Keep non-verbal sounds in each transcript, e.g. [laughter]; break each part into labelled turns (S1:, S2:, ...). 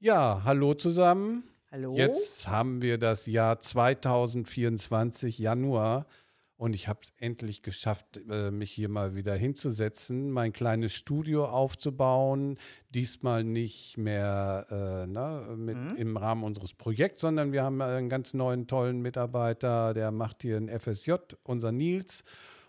S1: Ja, hallo zusammen.
S2: Hallo?
S1: Jetzt haben wir das Jahr 2024, Januar. Und ich habe es endlich geschafft, äh, mich hier mal wieder hinzusetzen, mein kleines Studio aufzubauen. Diesmal nicht mehr äh, ne, mit,
S2: Mhm.
S1: im Rahmen unseres Projekts, sondern wir haben einen ganz neuen, tollen Mitarbeiter, der macht hier ein FSJ, unser Nils.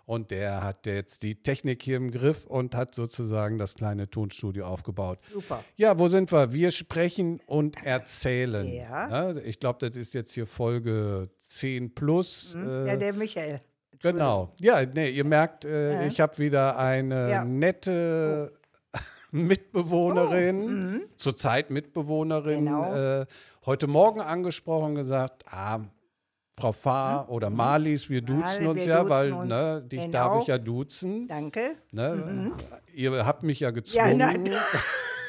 S1: Und der hat jetzt die Technik hier im Griff und hat sozusagen das kleine Tonstudio aufgebaut.
S2: Super.
S1: Ja, wo sind wir? Wir sprechen und erzählen.
S2: Ja.
S1: Ne? Ich glaube, das ist jetzt hier Folge 10 plus. äh,
S2: Mhm. ja, der Michael.
S1: genau. Ja, nee, ihr merkt, äh,
S2: Ja.
S1: ich habe wieder eine
S2: Ja. Oh.
S1: nette [laughs] Mitbewohnerin, zurzeit Mitbewohnerin,
S2: Mhm. Genau.
S1: äh, heute Morgen angesprochen und gesagt, ah, Frau Fahr oder Marlies, wir duzen
S2: Marlies,
S1: uns
S2: Mhm. wir
S1: ja,
S2: duzen
S1: weil
S2: uns.
S1: ne, dich darf
S2: Genau.
S1: ich ja duzen.
S2: Danke.
S1: Ne? Ihr habt mich ja
S2: Ja,
S1: gezwungen. [laughs]
S2: nein.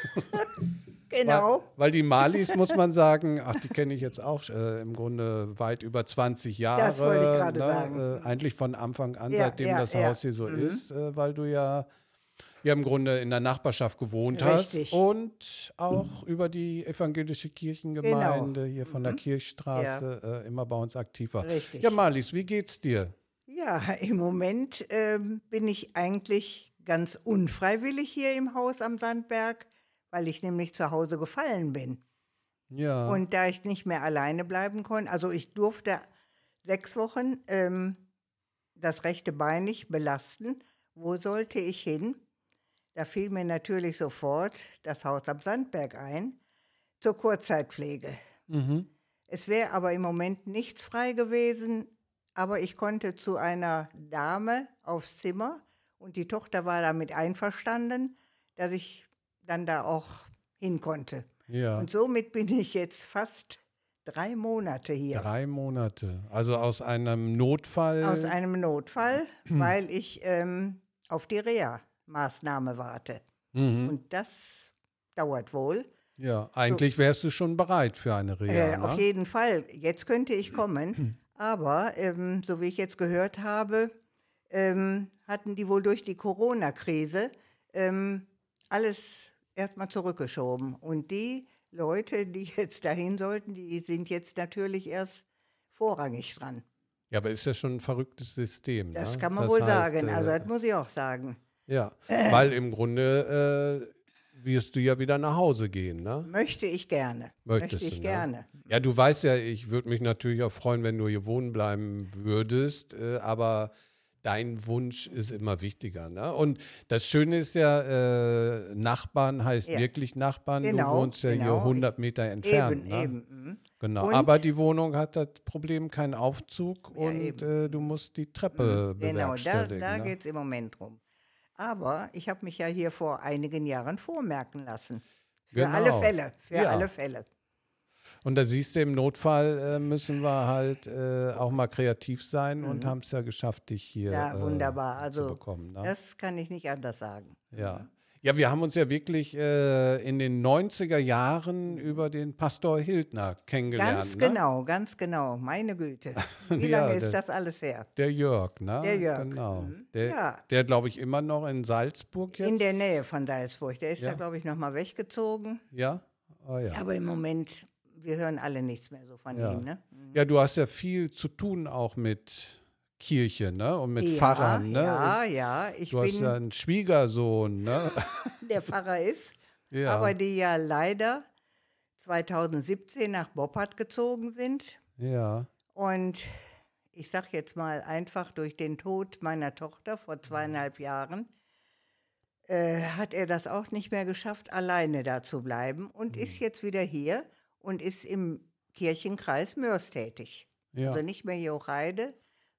S2: [laughs] genau.
S1: Weil, weil die Malis, muss man sagen, ach, die kenne ich jetzt auch äh, im Grunde weit über 20 Jahre.
S2: Das wollte ich gerade
S1: Äh, eigentlich von Anfang an,
S2: Ja,
S1: seitdem
S2: ja,
S1: das
S2: ja. Mhm.
S1: Haus hier so ist, äh, weil du ja, ja im Grunde in der Nachbarschaft gewohnt hast.
S2: Richtig.
S1: Und auch über die evangelische Kirchengemeinde
S2: Genau.
S1: hier von der Kirchstraße äh, immer bei uns aktiv war.
S2: Mhm. Richtig.
S1: Ja, Malis, wie geht's dir?
S2: Ja, im Moment ähm, bin ich eigentlich ganz unfreiwillig hier im Haus am Sandberg, weil ich nämlich zu Hause gefallen bin.
S1: Ja.
S2: Und da ich nicht mehr alleine bleiben konnte, also ich durfte sechs Wochen ähm, das rechte Bein nicht belasten. Wo sollte ich hin? Da fiel mir natürlich sofort das Haus am Sandberg ein zur Kurzzeitpflege.
S1: mhm.
S2: Es wäre aber im Moment nichts frei gewesen, aber ich konnte zu einer Dame aufs Zimmer und die Tochter war damit einverstanden, dass ich dann da auch hin konnte.
S1: ja.
S2: Und somit bin ich jetzt fast drei Monate hier
S1: Drei Monate. Also aus einem Notfall.
S2: aus einem Notfall,
S1: Mhm.
S2: weil ich ähm, auf die Reha-Maßnahme warte.
S1: mhm.
S2: Und das dauert wohl.
S1: Ja, eigentlich wärst du schon bereit für eine Reha.
S2: Äh, auf
S1: ne? Mhm.
S2: jeden Fall. Jetzt könnte ich kommen. Aber ähm, so wie ich jetzt gehört habe, ähm, hatten die wohl durch die Corona-Krise ähm, alles erstmal zurückgeschoben. Und die Leute, die jetzt dahin sollten, die sind jetzt natürlich erst vorrangig dran.
S1: Ja, aber ist ja schon ein verrücktes System.
S2: Das
S1: ne?
S2: kann man wohl
S1: heißt,
S2: sagen.
S1: äh,
S2: Also äh. das muss ich auch sagen.
S1: ja, weil im Grunde äh, wirst du ja wieder nach Hause gehen, ne?
S2: Möchte ich gerne.
S1: Möchtest
S2: Möchte ich
S1: du, ne?
S2: gerne.
S1: Ja, du weißt ja, ich würde mich natürlich auch freuen, wenn du hier wohnen bleiben würdest, äh, aber dein Wunsch ist immer wichtiger. Ne? Und das Schöne ist ja, äh, Nachbarn heißt
S2: Ja.
S1: wirklich Nachbarn.
S2: Genau,
S1: du wohnst ja hier
S2: genau.
S1: 100 Meter entfernt.
S2: eben,
S1: ne?
S2: eben. mhm.
S1: Genau,
S2: Und-
S1: aber die Wohnung hat das Problem, keinen Aufzug und äh, du musst die Treppe
S2: Genau, da,
S1: bewerkstelligen.
S2: da
S1: ne?
S2: geht es im Moment drum. Aber ich habe mich ja hier vor einigen Jahren vormerken lassen. Für alle
S1: Genau.
S2: Fälle, für
S1: Ja.
S2: alle Fälle.
S1: Und da siehst du, im Notfall äh, müssen wir halt äh, auch mal kreativ sein und haben es ja geschafft, dich hier
S2: Mhm. Ja,
S1: äh,
S2: wunderbar.
S1: zu
S2: Also
S1: bekommen. Ne?
S2: das kann ich nicht anders sagen.
S1: Ja. ja, wir haben uns ja wirklich äh, in den 90er Jahren über den Pastor Hildner kennengelernt.
S2: Ganz
S1: ne?
S2: genau, ganz genau.
S1: [laughs]
S2: Meine Güte. Wie
S1: Ja,
S2: lange
S1: das-
S2: ist das alles her?
S1: Der Jörg, ne?
S2: Der Jörg,
S1: Genau.
S2: mhm.
S1: Der,
S2: Ja.
S1: der glaube ich, immer noch in Salzburg jetzt.
S2: In der Nähe von Salzburg. Der ist
S1: Ja.
S2: da, glaube ich, nochmal weggezogen.
S1: Ja? Oh, ja.
S2: Aber im Moment, wir hören alle nichts mehr so von
S1: Ja.
S2: ihm. Ne?
S1: Ja, du hast ja viel zu tun auch mit Kirche, ne? Und mit
S2: ja,
S1: Pfarrern, ne?
S2: Ja, ja. Ich
S1: du hast
S2: bin,
S1: ja einen Schwiegersohn,
S2: [laughs]
S1: ne?
S2: der Pfarrer ist.
S1: ja.
S2: aber die ja leider 2017 nach Boppard gezogen sind.
S1: ja.
S2: Und ich sage jetzt mal einfach durch den Tod meiner Tochter
S1: Mhm.
S2: vor zweieinhalb Jahren, äh, hat er das auch nicht mehr geschafft, alleine da zu bleiben und
S1: Mhm.
S2: ist jetzt wieder hier und ist im Kirchenkreis Mörs tätig.
S1: Ja.
S2: Also nicht mehr Jochheide,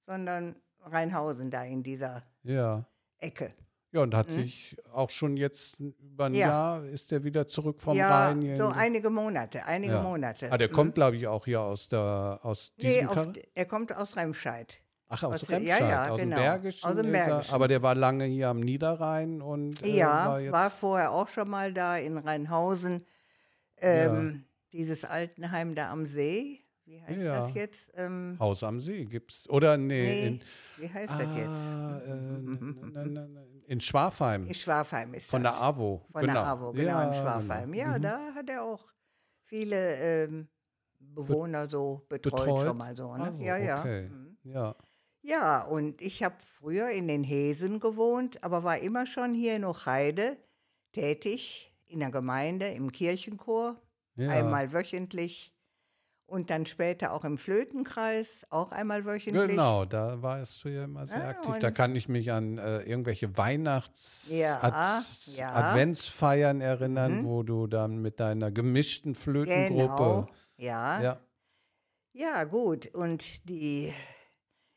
S2: sondern Rheinhausen da in dieser
S1: Ja.
S2: Ecke.
S1: Ja, und hat sich auch schon jetzt über ein
S2: Mhm. Ja.
S1: Jahr ist er wieder zurück vom
S2: ja,
S1: Rhein. hier
S2: so
S1: in-
S2: einige Monate, einige
S1: Ja.
S2: Monate.
S1: Ah, der kommt, glaube ich, auch hier aus der aus
S2: Nee,
S1: diesem
S2: auf,
S1: Kar-
S2: er kommt aus Remscheid.
S1: Ach, aus,
S2: aus- ja,
S1: Remscheid,
S2: ja,
S1: aus,
S2: genau.
S1: dem Bergischen
S2: Aus dem
S1: ist er,
S2: Bergischen.
S1: aber der war lange hier am Niederrhein und äh,
S2: ja,
S1: war jetzt
S2: war vorher auch schon mal da in Rheinhausen. Ähm, Dieses Altenheim da am See. Wie heißt
S1: Ja.
S2: das jetzt? Ähm,
S1: Haus am See gibt's oder nee,
S2: nee,
S1: in,
S2: wie heißt
S1: ah,
S2: das jetzt?
S1: äh, n- n- n- n- in Schwafheim.
S2: In Schwafheim ist
S1: Von Genau.
S2: das.
S1: der AWO. Mhm.
S2: genau, Von der AWO, genau, in Schwafheim. Ja, da hat er auch viele ähm, Bewohner so betreut,
S1: Betreut?
S2: schon mal so. Ne?
S1: Also,
S2: ja, ja.
S1: Okay.
S2: Mhm.
S1: Ja.
S2: Ja, und ich habe früher in den Hesen gewohnt, aber war immer schon hier in Hochheide tätig, in der Gemeinde, im Kirchenchor,
S1: ja.
S2: einmal wöchentlich und dann später auch im Flötenkreis, auch einmal wöchentlich.
S1: Genau, da warst du ja immer sehr
S2: Ah,
S1: aktiv.
S2: und-
S1: Da kann ich mich an äh, irgendwelche Weihnachts-,
S2: Ja,
S1: Ad
S2: ja.
S1: Adventsfeiern erinnern,
S2: Mhm.
S1: wo du dann mit deiner gemischten
S2: Genau,
S1: Flötengruppe.
S2: ja. ja.
S1: Ja,
S2: gut. Und die,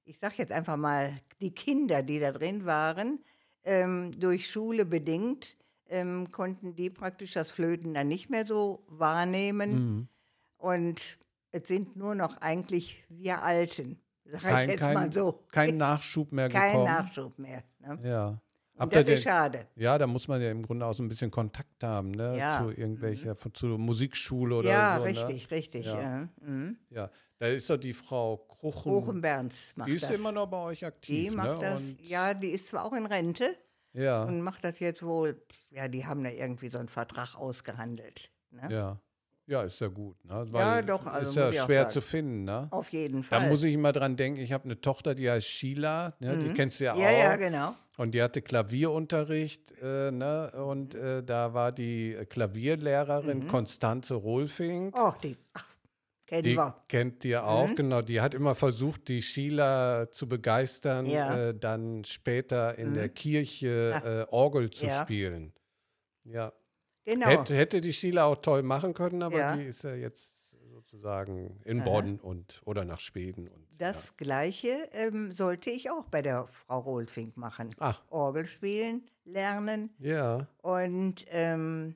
S2: ich sage jetzt einfach mal, die Kinder, die da drin waren, ähm, durch Schule bedingt, ähm, konnten die praktisch das Flöten dann nicht mehr so wahrnehmen.
S1: mhm.
S2: Und es sind nur noch eigentlich wir Alten, sage
S1: Kein-
S2: ich jetzt
S1: kein-
S2: mal so. [laughs]
S1: kein Nachschub mehr
S2: Kein
S1: gekommen.
S2: Nachschub mehr. Ne?
S1: Ja.
S2: Und
S1: Habt ihr
S2: das ist
S1: denn,
S2: schade.
S1: ja, da muss man ja im Grunde auch so ein bisschen Kontakt haben, ne?
S2: Ja. Mhm.
S1: Zu irgendwelcher, zu Musikschule oder
S2: ja,
S1: so. Ne?
S2: richtig, richtig.
S1: Ja.
S2: Ja. Mhm.
S1: Ja, da ist doch die Frau Kruchen.
S2: Hohenberns macht
S1: die ist
S2: das.
S1: immer noch bei euch aktiv.
S2: die
S1: ne?
S2: macht das.
S1: Und,
S2: Ja, die ist zwar auch in Rente
S1: ja,
S2: und macht das jetzt wohl. Ja, die haben da irgendwie so einen Vertrag ausgehandelt. Ne?
S1: ja. Ja, ist ja gut. Ne?
S2: Ja, doch, also
S1: ist ja
S2: muss ich auch
S1: schwer
S2: sagen.
S1: zu finden. Ne?
S2: Auf jeden Fall.
S1: Da muss ich immer dran denken, ich habe eine Tochter, die heißt Sheila, ne? die kennst du ja,
S2: Mhm. ja,
S1: auch.
S2: ja, genau.
S1: Und die hatte Klavierunterricht, äh, ne?
S2: Mhm.
S1: Und äh, da war die Klavierlehrerin Konstanze Rolfing.
S2: Oh, die ach, kennen
S1: Die
S2: wir.
S1: kennt
S2: Mhm.
S1: ihr auch, genau. Die hat immer versucht, die Sheila zu begeistern,
S2: Ja. Mhm.
S1: äh, dann später in der Kirche äh, Orgel zu
S2: Ja.
S1: spielen. Ja.
S2: Genau.
S1: Hätte, hätte die Sheila auch toll machen können, aber
S2: Ja.
S1: die ist ja jetzt sozusagen in Bonn und oder nach Schweden. Und,
S2: Das Gleiche ähm, sollte ich auch bei der Frau Rolfink machen.
S1: Ach.
S2: Orgel spielen, lernen
S1: ja.
S2: und ähm,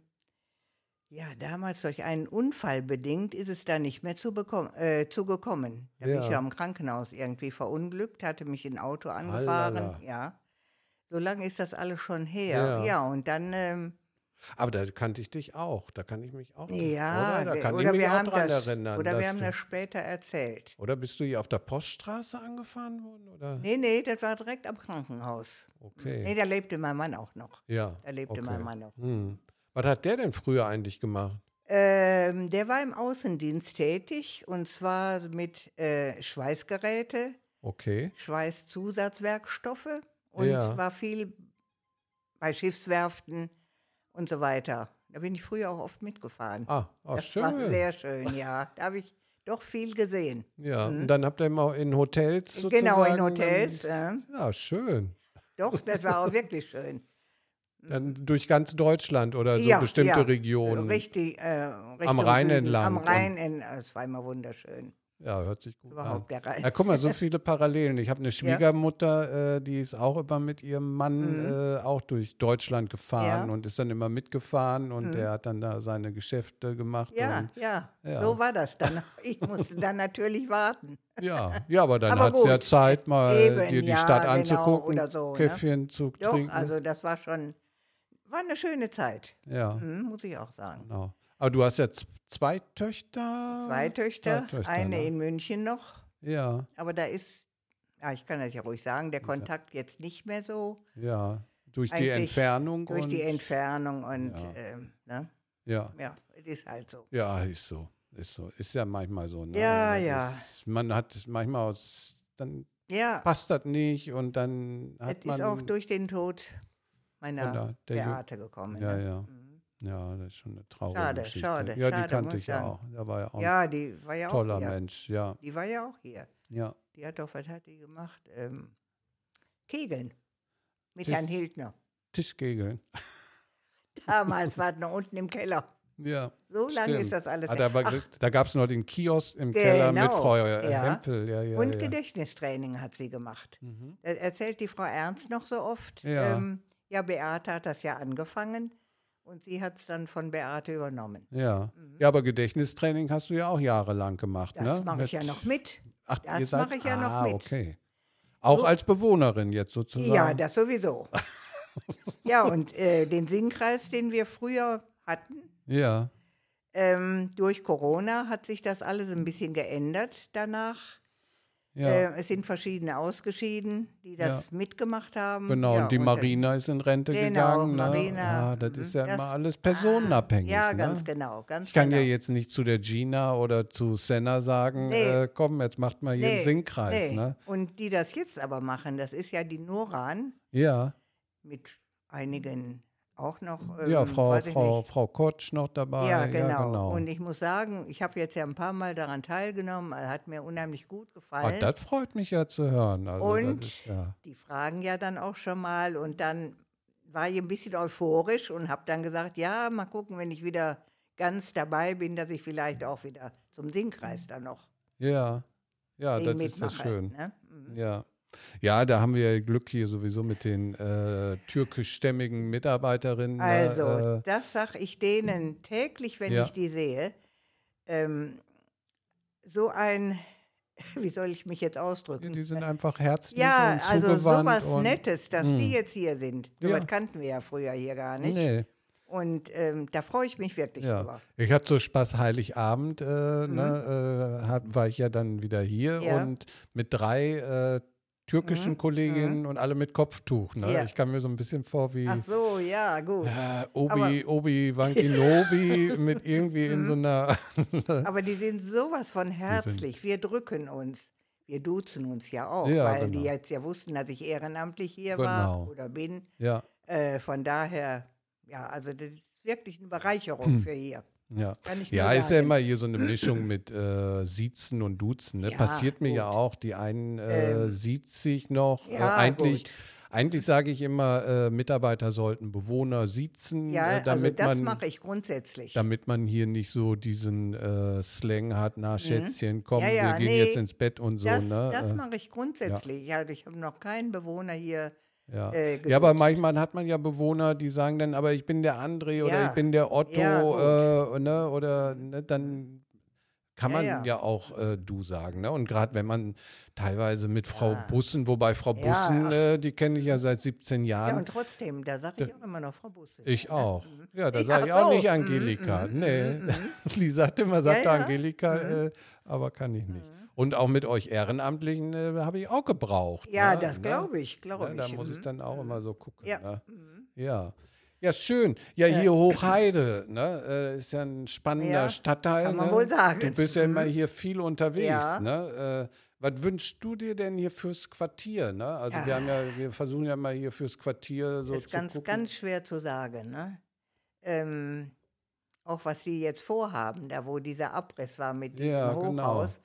S2: ja, damals durch einen Unfall bedingt ist es da nicht mehr zu, bekommen, äh, zu gekommen. Da bin ich
S1: Ja.
S2: ja im Krankenhaus irgendwie verunglückt, hatte mich in ein Auto angefahren.
S1: Alala.
S2: Ja, so lange ist das alles schon her.
S1: Ja.
S2: Ja, und dann ähm,
S1: Aber da kannte ich dich auch. Da kann ich mich auch.
S2: ja,
S1: oder? Da
S2: wir-
S1: kann
S2: oder
S1: ich mich
S2: wir
S1: auch
S2: haben
S1: dran
S2: das,
S1: erinnern.
S2: oder
S1: dass
S2: wir haben
S1: du,
S2: das später erzählt.
S1: oder bist du hier auf der Poststraße angefahren worden? Oder?
S2: Nee, nee, das war direkt am Krankenhaus.
S1: Okay.
S2: Nee, da lebte mein Mann auch noch.
S1: Ja.
S2: Da lebte
S1: okay.
S2: mein Mann noch.
S1: Hm. Was hat der denn früher eigentlich gemacht?
S2: Ähm, der war im Außendienst tätig und zwar mit äh, Schweißgeräte,
S1: Okay.
S2: Schweißzusatzwerkstoffe und
S1: Ja.
S2: war viel bei Schiffswerften und so weiter. Da bin ich früher auch oft mitgefahren.
S1: Ah, ah
S2: das
S1: schön.
S2: war sehr schön, ja. Da habe ich doch
S1: [laughs]
S2: viel gesehen.
S1: ja, und dann habt ihr immer in Hotels sozusagen.
S2: hm. Genau, in
S1: dann-
S2: Hotels. Äh,
S1: Ja, schön.
S2: doch, das war auch wirklich schön.
S1: Dann durch ganz Deutschland oder so
S2: Hm. Ja,
S1: Also bestimmte
S2: ja.
S1: Regionen.
S2: Richtig, äh, Richtung
S1: Rhein
S2: Süden,
S1: entlang
S2: Am
S1: und-
S2: Rhein entlang. Es war immer wunderschön.
S1: Ja, hört sich gut
S2: Überhaupt
S1: an.
S2: der Rhein.
S1: Ja, guck
S2: [laughs]
S1: mal, so viele Parallelen. Ich habe eine Schwiegermutter, äh, die ist auch immer mit ihrem Mann äh, auch durch Deutschland gefahren
S2: Hm. Ja. Hm.
S1: und ist dann immer mitgefahren und der hat dann da seine Geschäfte gemacht.
S2: Ja,
S1: Und,
S2: ja,
S1: Ja.
S2: so war das dann. [laughs] Ich musste dann natürlich warten.
S1: ja. ja, aber dann
S2: Aber
S1: hat sie ja
S2: gut.
S1: Zeit, mal
S2: Eben,
S1: dir die
S2: ja,
S1: Stadt
S2: genau,
S1: anzugucken,
S2: oder so, ne?
S1: Käffchen zu
S2: Doch,
S1: trinken.
S2: also das war schon, war eine schöne Zeit,
S1: ja.
S2: hm, muss ich auch sagen.
S1: Genau. Aber du hast ja z- zwei Töchter?
S2: Zwei Töchter, eine
S1: ne?
S2: in München noch,
S1: Ja,
S2: aber da ist, ja, ich kann das ja ruhig sagen, der Kontakt jetzt nicht mehr so
S1: ja. Durch die
S2: Eigentlich
S1: Entfernung
S2: durch
S1: und
S2: die Entfernung und
S1: Ja.
S2: ähm, ne?
S1: ja.
S2: ja, es ist halt so.
S1: ja, ist so, ist so, ist ja manchmal so. Ne?
S2: Ja,
S1: Das
S2: ja.
S1: Ist, man hat manchmal aus, dann
S2: Ja,
S1: passt das nicht und dann hat
S2: es
S1: man
S2: ist auch durch den Tod meiner
S1: Oder der Ju-
S2: Beate gekommen.
S1: ja,
S2: ne?
S1: ja.
S2: Mhm.
S1: ja, das ist schon eine traurige
S2: Schade,
S1: Geschichte.
S2: schade,
S1: ja, die
S2: schade, muss
S1: kannte ich
S2: ich
S1: ja
S2: sagen.
S1: auch. Da war ja auch
S2: ja, die war ja
S1: ein toller
S2: auch hier.
S1: Mensch. Ja,
S2: Die war ja auch hier.
S1: ja.
S2: Die hat doch, was hat die gemacht? Ähm, Kegeln. Mit
S1: Tisch-
S2: Herrn Hildner.
S1: Tischkegeln.
S2: Damals war es noch unten im Keller.
S1: Ja.
S2: So lange
S1: Stimmt.
S2: ist das alles.
S1: Ah,
S2: her.
S1: da war,
S2: Ach,
S1: da gab es noch den Kiosk im Keller mit
S2: Genau,
S1: Frau äh,
S2: ja.
S1: Hempel. Ja, ja,
S2: und
S1: ja.
S2: Gedächtnistraining hat sie gemacht.
S1: Mhm.
S2: Das erzählt die Frau Ernst noch so oft.
S1: Ja.
S2: ähm, ja Beate hat das ja angefangen und sie hat es dann von Beate übernommen.
S1: Ja. ja, aber Gedächtnistraining hast du ja auch jahrelang gemacht, ne?
S2: Mhm. Das mache ich ja
S1: Mit-
S2: noch mit.
S1: Ach,
S2: das
S1: ihr seid,
S2: mache ich ja noch
S1: ah,
S2: mit.
S1: okay. Auch als Bewohnerin jetzt sozusagen.
S2: Ja,
S1: [laughs]
S2: das sowieso. ja, und äh, den Singkreis, den wir früher hatten,
S1: ja,
S2: Ähm, durch Corona hat sich das alles ein bisschen geändert danach.
S1: Ja.
S2: Äh, es sind verschiedene ausgeschieden, die das mitgemacht haben.
S1: Genau,
S2: ja,
S1: und die
S2: dann-
S1: Marina ist in Rente
S2: Genau,
S1: gegangen. Ne?
S2: Marina,
S1: ja, das
S2: mhm,
S1: ist ja
S2: das-
S1: immer alles personenabhängig.
S2: Ja,
S1: ne?
S2: ganz genau. Ganz
S1: Ich kann
S2: genau.
S1: ja jetzt nicht zu der Gina oder zu Senna sagen,
S2: Nee.
S1: äh, komm, jetzt macht mal hier einen Singkreis.
S2: nee.
S1: Ne?
S2: Und die das jetzt aber machen, das ist ja die Noran
S1: Ja,
S2: mit einigen auch noch.
S1: ja,
S2: ähm,
S1: Frau,
S2: weiß ich
S1: Frau,
S2: nicht.
S1: Frau Kotsch noch dabei.
S2: Ja genau. Und ich muss sagen, ich habe jetzt ja ein paar Mal daran teilgenommen, äh, hat mir unheimlich gut
S1: ah,
S2: gefallen.
S1: das freut mich ja zu hören. Also,
S2: Und-
S1: das ist, ja.
S2: die fragen ja dann auch schon mal und dann war ich ein bisschen euphorisch und habe dann gesagt, ja, mal gucken, wenn ich wieder ganz dabei bin, dass ich vielleicht auch wieder zum Singkreis dann noch
S1: ja, ja,
S2: den
S1: Ah, das ist
S2: mitmache.
S1: ja schön.
S2: Ne? Mhm.
S1: Ja. Ja, da haben wir Glück hier sowieso mit den äh, türkischstämmigen Mitarbeiterinnen. ne,
S2: Also,
S1: äh,
S2: das sage ich denen täglich, wenn
S1: Ja.
S2: ich die sehe. Ähm, so ein, [laughs] wie soll ich mich jetzt
S1: Ja,
S2: ausdrücken?
S1: die sind einfach herzlich
S2: ja,
S1: und
S2: also
S1: zugewandt.
S2: sowas
S1: und, hm.
S2: Nettes, dass die jetzt hier sind. So
S1: Ja.
S2: was kannten wir ja früher hier gar nicht.
S1: Nee,
S2: Und ähm, da freue ich mich wirklich
S1: ja.
S2: drüber.
S1: Ich hatte so Spaß Heiligabend, äh, ne, äh, hab, war ich ja dann wieder hier
S2: Mhm. Ja. Mhm.
S1: und mit drei äh, türkischen Kolleginnen und alle mit Kopftuch. Ne?
S2: Ja.
S1: Ich kam mir so ein bisschen vor wie
S2: Ach so, ja, gut.
S1: äh, Obi, Obi Wankinobi
S2: [laughs]
S1: mit irgendwie in
S2: Mhm.
S1: so einer [laughs]
S2: Aber die sind sowas von herzlich. Wir drücken uns. Wir duzen uns ja auch,
S1: Ja,
S2: weil die
S1: genau.
S2: jetzt ja wussten, dass ich ehrenamtlich hier war
S1: Genau.
S2: oder bin.
S1: ja.
S2: Äh, von daher, ja, also das ist wirklich eine
S1: Hm.
S2: Bereicherung für hier.
S1: Ja,
S2: Kann ich
S1: ja
S2: nur
S1: ist ja
S2: sagen.
S1: immer hier so eine Mischung mit äh, Siezen und Duzen. Ne?
S2: Ja,
S1: Passiert mir ja
S2: gut.
S1: auch. Die einen äh,
S2: Ähm,
S1: sieht sich noch.
S2: ja,
S1: äh, eigentlich
S2: gut.
S1: eigentlich sage ich immer, äh, Mitarbeiter sollten Bewohner siezen,
S2: Ja,
S1: äh, damit,
S2: also das
S1: man,
S2: mache ich grundsätzlich.
S1: damit man hier nicht so diesen äh, Slang hat, na Schätzchen, komm,
S2: Mhm. Ja, ja,
S1: wir gehen
S2: nee.
S1: jetzt ins Bett und so.
S2: das
S1: ne?
S2: das
S1: Äh,
S2: mache ich grundsätzlich. Ja. ich habe noch keinen Bewohner hier.
S1: ja.
S2: äh,
S1: ja, aber
S2: geduzt.
S1: manchmal hat man ja Bewohner, die sagen dann, aber ich bin der André oder
S2: Ja.
S1: ich bin der Otto
S2: Ja,
S1: äh, ne, oder ne, dann kann
S2: Ja,
S1: man ja,
S2: ja.
S1: auch äh, du sagen. Ne? Und gerade wenn man teilweise mit Frau Bussen, wobei Frau
S2: Ja.
S1: Bussen, äh, die kenne ich ja seit 17 Jahren.
S2: Ja, und trotzdem, da sage ich auch immer noch Frau Busse.
S1: Ich auch. Ja, da
S2: Ich-
S1: sage
S2: ach
S1: ich auch
S2: so. Mhm,
S1: nicht Angelika. nee. [laughs] Die sagte immer, sagte
S2: ja. Mhm.
S1: Angelika, äh, aber kann ich nicht. Und auch mit euch Ehrenamtlichen äh, habe ich auch gebraucht.
S2: Ja,
S1: ne?
S2: das
S1: Ne?
S2: glaube ich, glaube
S1: Ne?
S2: ich.
S1: Da muss ich dann auch immer so gucken.
S2: Mhm. Ja. Mhm. Äh.
S1: Ne? Ja. Ja, schön. Ja, hier Hochheide, ne? äh, ist ja ein spannender
S2: Ja,
S1: Stadtteil.
S2: kann man
S1: ne?
S2: wohl sagen. Mhm.
S1: Du bist ja
S2: [laughs]
S1: immer hier viel unterwegs.
S2: Ja.
S1: Ne? Äh, was wünschst du dir denn hier fürs Quartier? Ne? Also wir haben ja, wir versuchen ja mal hier fürs Quartier so
S2: ist
S1: zu
S2: ganz,
S1: gucken.
S2: ganz schwer zu sagen. Ne? Ähm, auch was die jetzt vorhaben, da wo dieser Abriss war mit diesem
S1: Ja, genau.
S2: Hochhaus.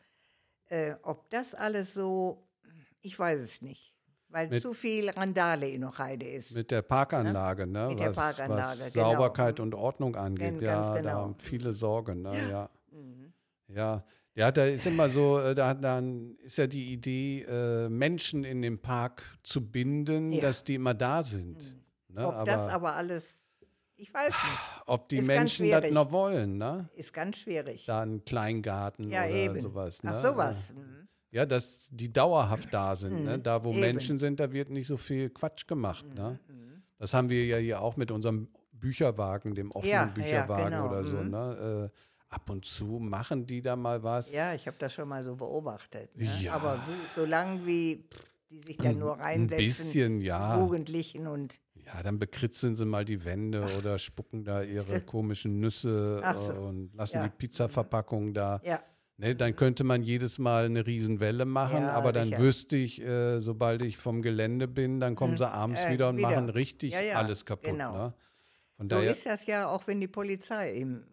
S2: Äh, ob das alles so, ich weiß es nicht. Weil
S1: Mit-
S2: zu viel Randale in Hochheide ist.
S1: Mit der Parkanlage, ne?
S2: Mit der
S1: was,
S2: Parkanlage,
S1: was
S2: genau.
S1: Sauberkeit und Ordnung angeht,
S2: Ganz
S1: ja, da
S2: genau. Mhm.
S1: haben viele Sorgen, ne? Ja. Ja. Ja, da ist immer so, äh, da dann ist ja die Idee, äh, Menschen in den Park zu binden,
S2: Ja. Mhm.
S1: dass die immer da sind. Ne?
S2: ob
S1: aber,
S2: das aber alles, ich
S1: [sighs]
S2: weiß nicht,
S1: ob die
S2: ist ganz
S1: Menschen das
S2: schwierig.
S1: noch wollen, ne?
S2: ist ganz schwierig.
S1: Da einen Kleingarten
S2: ja,
S1: oder
S2: eben.
S1: sowas. Ne?
S2: Ach, sowas. Mhm.
S1: Ja, dass die dauerhaft da sind. Ne? Da, wo
S2: Hm, eben. Mhm,
S1: Menschen sind, da wird nicht so viel Quatsch gemacht. Ne? Das haben wir ja hier auch mit unserem Bücherwagen, dem offenen
S2: Ja, ja,
S1: Bücherwagen
S2: genau,
S1: oder so.
S2: mhm.
S1: Ne? Äh, ab und zu machen die da mal was.
S2: Ja, ich habe das schon mal so beobachtet. Ne?
S1: Ja.
S2: Aber so, solange wie pff, die sich da nur
S1: Ein
S2: reinsetzen,
S1: bisschen, ah. ja.
S2: Jugendlichen und
S1: Ja, dann bekritzeln sie mal die Wände oder spucken
S2: [laughs]
S1: da ihre komischen Nüsse
S2: Ach so.
S1: äh, und lassen
S2: Ja.
S1: die Pizzaverpackung da.
S2: ja.
S1: Ne, dann könnte man jedes Mal eine Riesenwelle machen,
S2: Ja,
S1: aber dann
S2: sicher.
S1: wüsste ich, äh, sobald ich vom Gelände bin, dann kommen sie abends
S2: äh,
S1: wieder und
S2: wieder.
S1: machen richtig
S2: Ja, ja,
S1: alles kaputt.
S2: genau.
S1: Ne? Von
S2: So
S1: daher,
S2: ist das ja auch, wenn die Polizei im,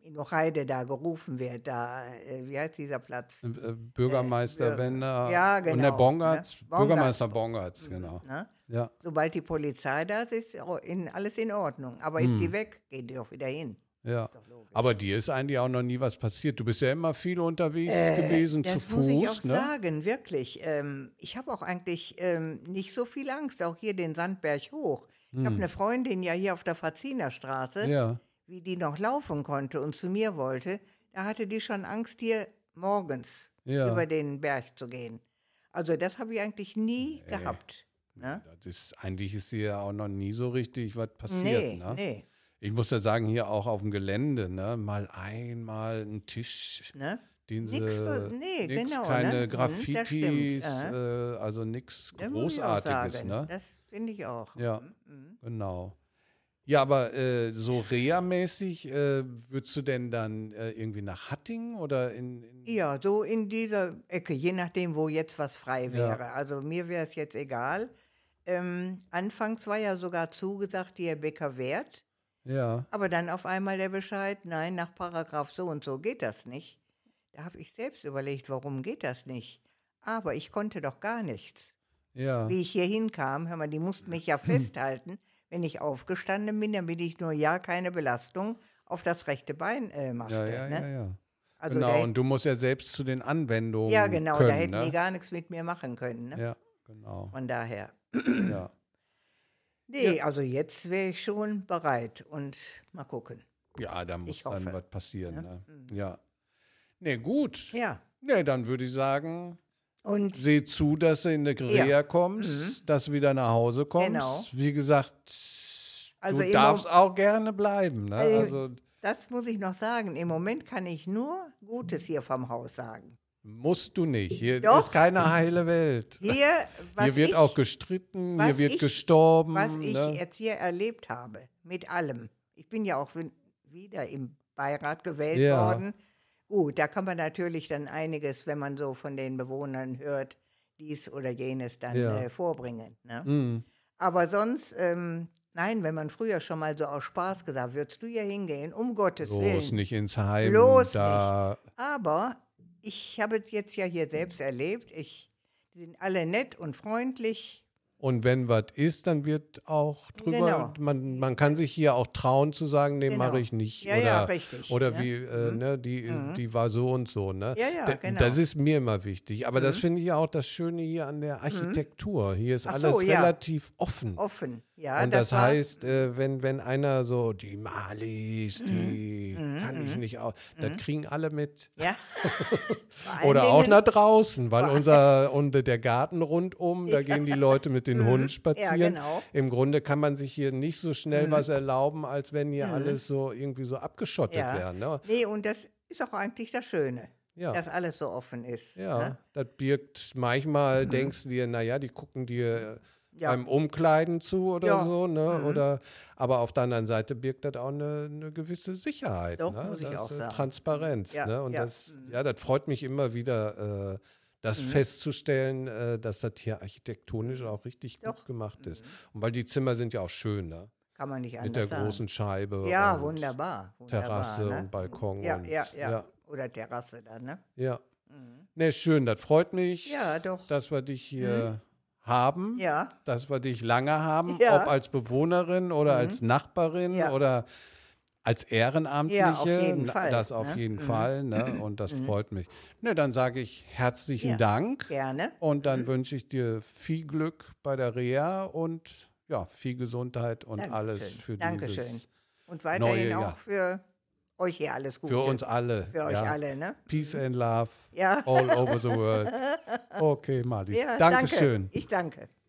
S2: in Hochheide da gerufen wird, da, äh, wie heißt dieser Platz?
S1: äh, äh, Bürgermeister
S2: äh,
S1: Wender
S2: ja,
S1: und der
S2: genau,
S1: Bongartz,
S2: ne?
S1: Bürgermeister Bongartz, genau.
S2: Ne?
S1: Ja,
S2: Sobald die Polizei da ist, ist au- in, alles in Ordnung. Aber ist
S1: Hm.
S2: die weg, geht die auch wieder hin.
S1: ja. Aber dir ist eigentlich auch noch nie was passiert. Du bist ja immer viel unterwegs gewesen, zu
S2: Äh, Das
S1: Fuß.
S2: muss ich auch
S1: ne?
S2: sagen, wirklich. Ähm, ich habe auch eigentlich ähm, nicht so viel Angst, auch hier den Sandberg hoch. Ich
S1: Hm.
S2: habe eine Freundin ja hier auf der Fazinerstraße.
S1: Ja.
S2: wie die noch laufen konnte und zu mir wollte, da hatte die schon Angst, hier morgens
S1: Ja.
S2: über den Berg zu gehen. Also das habe ich eigentlich nie gehabt. Ne?
S1: Das ist, eigentlich ist dir ja auch noch nie so richtig was passiert.
S2: Nee,
S1: ne?
S2: nee.
S1: Ich muss ja sagen, hier auch auf dem Gelände, ne, mal einmal einen Tisch,
S2: Ne?
S1: den sie
S2: Nix für- nee,
S1: nix,
S2: genau,
S1: keine
S2: ne? Mhm, das stimmt,
S1: Graffitis,
S2: ja.
S1: äh, also nichts
S2: Das muss ich auch
S1: Großartiges,
S2: sagen.
S1: ne?
S2: Das finde ich auch.
S1: Ja.
S2: Mhm.
S1: Genau. Ja, aber äh, so Reha-mäßig, äh, würdest du denn dann äh, irgendwie nach Hatting oder in, in
S2: Ja, so in dieser Ecke, je nachdem, wo jetzt was frei
S1: Ja.
S2: wäre. Also mir wäre es jetzt egal. Ähm, anfangs war ja sogar zugesagt, die Herr Becker wert,
S1: ja.
S2: aber dann auf einmal der Bescheid, nein, nach Paragraph so und so geht das nicht. Da habe ich selbst überlegt, warum geht das nicht? Aber ich konnte doch gar nichts.
S1: Ja.
S2: Wie ich hier hinkam, hör mal, die mussten mich ja festhalten. Wenn ich aufgestanden bin, damit ich nur ja keine Belastung auf das rechte Bein äh, machte.
S1: ja, ja,
S2: ne?
S1: ja, ja.
S2: Also da
S1: genau,
S2: hätte
S1: und du musst ja selbst zu den Anwendungen
S2: Ja, genau,
S1: können,
S2: da hätten
S1: ne?
S2: die gar nichts mit mir machen können. Ne?
S1: Ja, genau.
S2: Von daher.
S1: Ja.
S2: Nee, also jetzt wäre ich schon bereit und mal gucken.
S1: ja, da muss
S2: Ich
S1: dann
S2: hoffe.
S1: was passieren.
S2: Ja. Mhm.
S1: Ne? Ja. Nee, gut.
S2: Ja.
S1: Nee, dann würde ich sagen,
S2: Und
S1: seh zu, dass du in eine Reha kommst, dass du wieder nach Hause kommst.
S2: Mhm. Genau.
S1: Wie gesagt,
S2: Also
S1: du
S2: im
S1: darfst auch gerne bleiben. Ne?
S2: Also-
S1: Also
S2: das muss ich noch sagen. Im Moment kann ich nur Gutes hier vom Haus
S1: [laughs]
S2: sagen.
S1: musst du nicht. Hier
S2: Doch.
S1: ist keine heile Welt.
S2: Hier, was
S1: hier wird
S2: ich,
S1: auch gestritten,
S2: was
S1: hier wird
S2: ich-
S1: gestorben.
S2: was ich
S1: ne?
S2: jetzt hier erlebt habe, mit allem. Ich bin ja auch win- wieder im Beirat gewählt
S1: Ja.
S2: worden. Gut, da kann man natürlich dann einiges, wenn man so von den Bewohnern hört, dies oder jenes dann
S1: Ja.
S2: äh, vorbringen. Ne?
S1: Hm.
S2: Aber sonst, ähm, nein, wenn man früher schon mal so aus Spaß gesagt, würdest du hier hingehen, um Gottes
S1: Los
S2: Willen.
S1: nicht ins Heim.
S2: Bloß
S1: da.
S2: Aber ich habe es jetzt ja hier selbst erlebt. Ich, die sind alle nett und freundlich.
S1: Und wenn was ist, dann wird auch drüber.
S2: Genau.
S1: Man, man kann sich hier auch trauen zu sagen, nee,
S2: Genau.
S1: mache ich nicht.
S2: Ja,
S1: oder
S2: ja, richtig,
S1: oder
S2: ne? Mhm.
S1: wie, äh, ne, die, die war so und so. Ne?
S2: Ja, ja,
S1: Da-
S2: genau. Mhm.
S1: Das ist mir immer wichtig. Aber das finde ich auch das Schöne hier an der Architektur. Hier ist
S2: Ach
S1: alles
S2: so, ja.
S1: relativ offen.
S2: Offen. Ja,
S1: und das,
S2: war-
S1: heißt, äh, wenn, wenn einer so, die
S2: Mhm.
S1: Malis, die kann ich nicht aus, das kriegen alle mit. [laughs]
S2: Ja. Vor allen
S1: Oder auch
S2: Dingen-
S1: nach draußen, weil unser und der Garten rundum, da gehen die Leute mit den Hunden spazieren.
S2: genau.
S1: Im Grunde kann man sich hier nicht so schnell was erlauben, als wenn hier alles so irgendwie so abgeschottet
S2: Ja.
S1: wäre. Ne?
S2: Nee, und das ist auch eigentlich das Schöne,
S1: Ja.
S2: dass alles so offen ist.
S1: Ja,
S2: Ne?
S1: das birgt manchmal, denkst du dir, naja, die gucken dir
S2: Ja.
S1: beim Umkleiden zu oder
S2: Ja. Mhm.
S1: so, ne? Oder aber auf der anderen Seite birgt das auch eine, eine gewisse Sicherheit,
S2: Doch,
S1: ne?
S2: muss ich
S1: das,
S2: auch
S1: äh,
S2: sagen.
S1: Transparenz,
S2: Ja,
S1: ne? Und
S2: ja.
S1: das, ja, das freut mich immer wieder, äh,
S2: Mhm.
S1: das festzustellen, äh, dass das hier architektonisch auch richtig gut
S2: Doch.
S1: gemacht ist. Und weil die Zimmer sind ja auch schön, ne?
S2: Kann man nicht anders
S1: Mit der
S2: sagen.
S1: großen Scheibe.
S2: ja,
S1: und-
S2: wunderbar. wunderbar
S1: Terrasse
S2: ne?
S1: und Balkon.
S2: Ja,
S1: und,
S2: ja, ja,
S1: ja.
S2: Oder Terrasse dann, ne?
S1: Ja. Ne, schön, das freut mich,
S2: Ja, doch. Mhm.
S1: dass wir dich hier haben,
S2: Ja.
S1: dass wir dich lange haben,
S2: Ja. Mhm.
S1: ob als Bewohnerin oder als Nachbarin
S2: Ja.
S1: oder als Ehrenamtliche.
S2: Ja, auf jeden
S1: Na,
S2: Fall,
S1: Das auf
S2: ne? Mhm.
S1: jeden Fall, ne?
S2: [clears throat]
S1: Und das freut mich. Ne, dann sage ich herzlichen
S2: Ja. Mhm.
S1: Dank
S2: Gerne.
S1: und dann wünsche ich dir viel Glück bei der Reha und ja, viel Gesundheit und alles
S2: Dankeschön.
S1: für
S2: Dankeschön.
S1: dieses.
S2: Und weiterhin
S1: neue
S2: auch
S1: Jahr.
S2: für euch hier alles Gute.
S1: Für uns alle.
S2: Für euch
S1: ja.
S2: alle, ne?
S1: Peace and love
S2: Ja. [laughs]
S1: all over the world. Okay, Marlies.
S2: ja danke.
S1: Dankeschön.
S2: Ich danke.